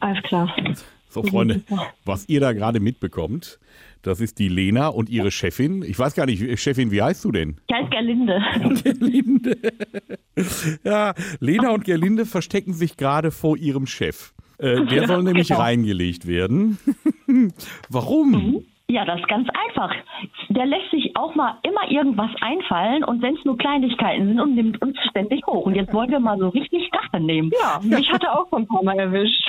Alles klar. So, Freunde, was ihr da gerade mitbekommt, das ist die Lena und ihre Chefin. Ich weiß gar nicht, Chefin, wie heißt du denn? Ich heiße Gerlinde. Gerlinde. Ja, Lena und Gerlinde verstecken sich gerade vor ihrem Chef. Äh, der soll nämlich genau. reingelegt werden. Warum? Ja, das ist ganz einfach. Der lässt sich auch mal immer irgendwas einfallen und wenn es nur Kleinigkeiten sind und nimmt uns ständig hoch. Und jetzt wollen wir mal so richtig Sache nehmen. Ja, mich hat er auch schon ein paar Mal erwischt.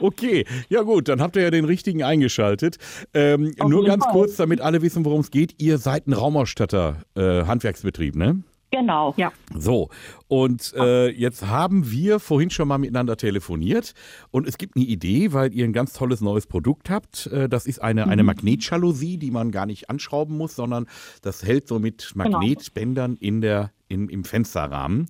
Okay, ja gut, dann habt ihr ja den richtigen eingeschaltet. Ähm, Auf nur jeden ganz Fall. kurz, damit alle wissen, worum es geht. Ihr seid ein Raumausstatter, äh, Handwerksbetrieb, ne? Genau. Ja. So, und Ah. äh, jetzt haben wir vorhin schon mal miteinander telefoniert und es gibt eine Idee, weil ihr ein ganz tolles neues Produkt habt. Äh, das ist eine, Mhm. eine Magnetschalousie, die man gar nicht anschrauben muss, sondern das hält so mit Genau. Magnetbändern in der, in, im Fensterrahmen.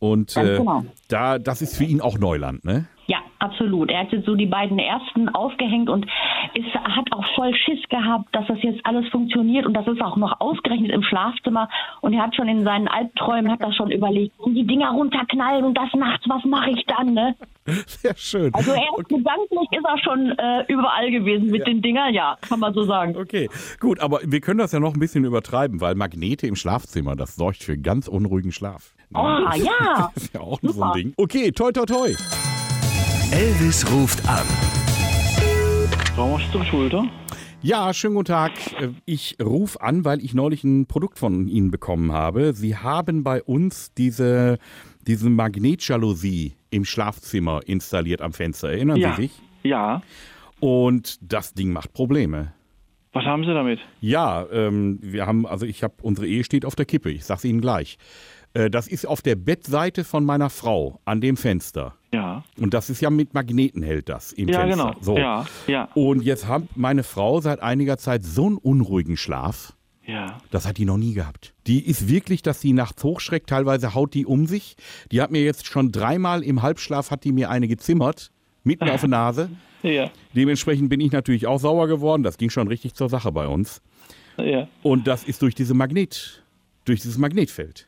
Und Ganz äh, genau. da, das ist für ihn auch Neuland, ne? Ja, absolut. Er hat jetzt so die beiden ersten aufgehängt und ist, hat auch voll Schiss gehabt, dass das jetzt alles funktioniert und das ist auch noch ausgerechnet im Schlafzimmer und er hat schon in seinen Albträumen hat das schon überlegt, wenn die Dinger runterknallen und das nachts, was mache ich dann, ne? Sehr schön. Also er ist gedanklich ist er schon äh, überall gewesen mit den Dingern, ja, kann man so sagen. Okay, gut, aber wir können das ja noch ein bisschen übertreiben, weil Magnete im Schlafzimmer, das sorgt für ganz unruhigen Schlaf. Ne? Ah, ja. Das ist ja auch so ein Super. Ding. Okay, toi, toi, toi. Elvis ruft an. Raum zum Schulter. Ja, schönen guten Tag. Äh, Ich rufe an, weil ich neulich ein Produkt von Ihnen bekommen habe. Sie haben bei uns diese, diese Magnetjalousie im Schlafzimmer installiert am Fenster. Erinnern Ja. Sie sich? Ja. Und das Ding macht Probleme. Was haben Sie damit? Ja, ähm, wir haben, also ich habe, unsere Ehe steht auf der Kippe, ich sag's Ihnen gleich. Äh, das ist auf der Bettseite von meiner Frau, an dem Fenster. Ja. Und das ist ja mit Magneten hält das im Ja, Fenster. genau. So. Ja, ja. Und jetzt hat meine Frau seit einiger Zeit so einen unruhigen Schlaf, Ja. das hat die noch nie gehabt. Die ist wirklich, dass sie nachts hochschreckt, teilweise haut die um sich. Die hat mir jetzt schon dreimal im Halbschlaf hat die mir eine gezimmert, mitten auf die Nase. Ja. Dementsprechend bin ich natürlich auch sauer geworden. Das ging schon richtig zur Sache bei uns. Ja. Und das ist durch diese Magnet, durch dieses Magnetfeld.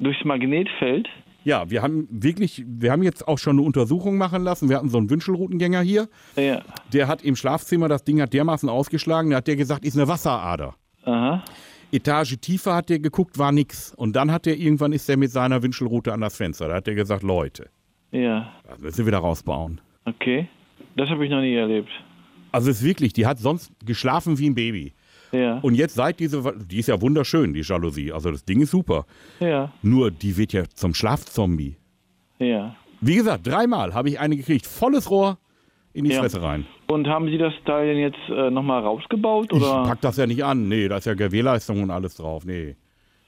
Durchs Magnetfeld. Ja, wir haben wirklich, wir haben jetzt auch schon eine Untersuchung machen lassen. Wir hatten so einen Wünschelroutengänger hier, Ja. der hat im Schlafzimmer das Ding hat dermaßen ausgeschlagen, da hat der gesagt, ist eine Wasserader. Aha. Etage tiefer hat der geguckt, war nix. Und dann hat der irgendwann ist der mit seiner Wünschelrute an das Fenster. Da hat der gesagt, Leute, Ja. das müssen wir wieder rausbauen. Okay. Das habe ich noch nie erlebt. Also es ist wirklich, die hat sonst geschlafen wie ein Baby. Ja. Und jetzt seit diese, die ist ja wunderschön, die Jalousie. Also das Ding ist super. Ja. Nur die wird ja zum Schlafzombie. Ja. Wie gesagt, dreimal habe ich eine gekriegt. Volles Rohr in die Ja. Fresse rein. Und haben Sie das Teil denn jetzt äh, nochmal rausgebaut? Ich Oder? pack das ja nicht an. Nee, da ist ja Gewehrleistung und alles drauf. Nee,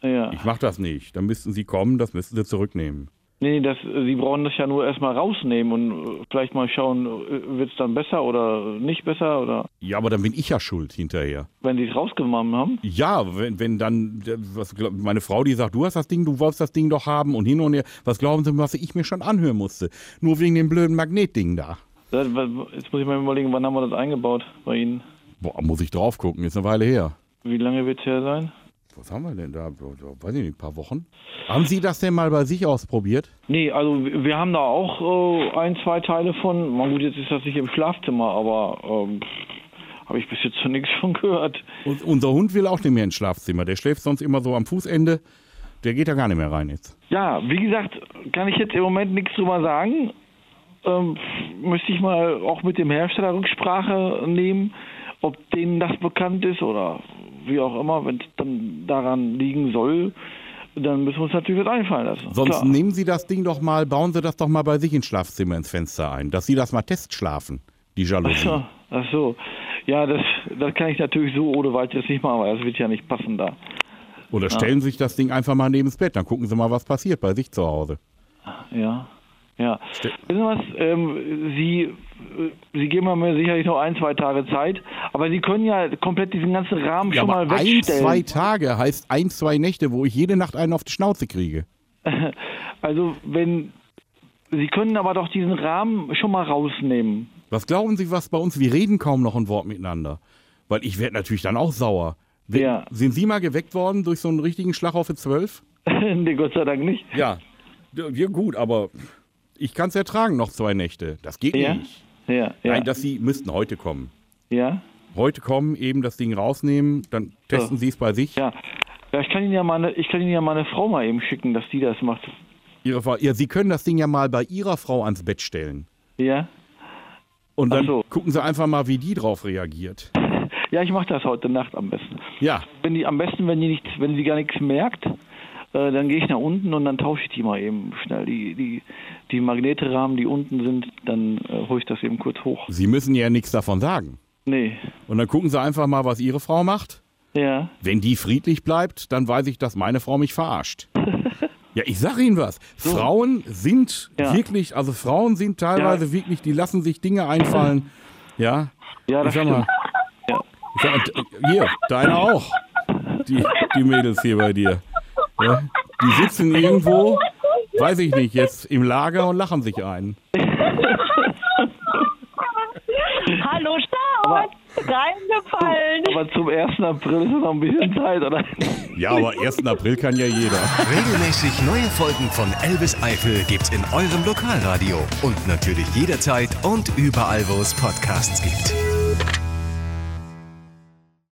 ja. ich mach das nicht. Dann müssten Sie kommen, das müssten Sie zurücknehmen. Nee, nee, das, Sie brauchen das ja nur erstmal rausnehmen und äh, vielleicht mal schauen, wird es dann besser oder nicht besser? Oder Ja, aber dann bin ich ja schuld hinterher. wenn Sie es rausgenommen haben? Ja, wenn, wenn dann, äh, was, glaub- meine Frau, die sagt, du hast das Ding, du wolltest das Ding doch haben und hin und her. Was glauben Sie, was ich mir schon anhören musste? Nur wegen dem blöden Magnetding da. Das, jetzt muss ich mal überlegen, wann haben wir das eingebaut bei Ihnen? Boah, muss ich drauf gucken, ist eine Weile her. Wie lange wird es her sein? Was haben wir denn da? Weiß ich nicht, ein paar Wochen. Haben Sie das denn mal bei sich ausprobiert? Nee, also w- wir haben da auch äh, ein, zwei Teile von. Na gut, jetzt ist das nicht im Schlafzimmer, aber ähm, pff, habe ich bis jetzt noch nichts von gehört. Und unser Hund will auch nicht mehr ins Schlafzimmer. Der schläft sonst immer so am Fußende. Der geht da gar nicht mehr rein jetzt. Ja, wie gesagt, kann ich jetzt im Moment nichts drüber sagen. Ähm, pff, müsste ich mal auch mit dem Hersteller Rücksprache nehmen, ob denen das bekannt ist oder wie auch immer. Wenn es dann daran liegen soll, dann müssen wir uns natürlich was einfallen lassen. Sonst Klar. nehmen Sie das Ding doch mal, bauen Sie das doch mal bei sich ins Schlafzimmer ins Fenster ein, dass Sie das mal testschlafen, die Jalousie. Ach so, ach so. Ja, das, das kann ich natürlich so ohne weiteres nicht machen, weil das wird ja nicht passen da. Oder stellen Sie sich das Ding einfach mal neben das Bett, dann gucken Sie mal, was passiert bei sich zu Hause. Ja. Ja. Ste- Wissen Sie was? Ähm, Sie, äh, Sie geben mir sicherlich noch ein, zwei Tage Zeit, aber Sie können ja komplett diesen ganzen Rahmen schon mal ein, wegstellen. zwei Tage heißt ein, zwei Nächte, wo ich jede Nacht einen auf die Schnauze kriege. also, wenn. Sie können aber doch diesen Rahmen schon mal rausnehmen. Was glauben Sie, was bei uns? Wir reden kaum noch ein Wort miteinander. Weil ich werde natürlich dann auch sauer. Wir- Ja. Sind Sie mal geweckt worden durch so einen richtigen Schlag auf die Zwölf? nee, Gott sei Dank nicht. Ja, ja gut, aber ich kann es ertragen, noch zwei Nächte. Das geht Ja. nicht. Ja, ja. Nein, dass sie müssten heute kommen. ja. Heute kommen, eben das Ding rausnehmen, dann testen sie es bei sich. Ja. Ja, ich kann Ihnen ja meine, ich kann Ihnen ja meine Frau mal eben schicken, dass die das macht. Ihre Frau, ja, sie können das Ding ja mal bei ihrer Frau ans Bett stellen. Ja. Und dann Ach so. gucken sie einfach mal, wie die drauf reagiert. Ja, ich mache das heute Nacht am besten. Ja, Wenn die am besten, wenn die nicht, wenn die gar nichts merkt, äh, dann gehe ich nach unten und dann tausche ich die mal eben schnell. Die, die, die Magneterahmen, die unten sind, dann äh, hole ich das eben kurz hoch. sie müssen ja nichts davon sagen. Nee. Und dann gucken sie einfach mal, was ihre Frau macht. Ja. Wenn die friedlich bleibt, dann weiß ich, dass meine Frau mich verarscht. Ja, ich sag Ihnen was. Frauen sind Ja. wirklich, also Frauen sind teilweise Ja. wirklich, die lassen sich Dinge einfallen. Ja, Ja, das ich sag mal. Ja. Ich sag, mal, d- hier, deine auch. Die, die Mädels hier bei dir. Ja, die sitzen irgendwo, weiß ich nicht, jetzt im Lager und lachen sich ein. Hallo Schatz, reingefallen. Aber zum 1. April ist noch ein bisschen Zeit, oder? Ja, aber 1. April kann ja jeder. Regelmäßig neue Folgen von Elvis Eifel gibt's in eurem Lokalradio und natürlich jederzeit und überall, wo es Podcasts gibt.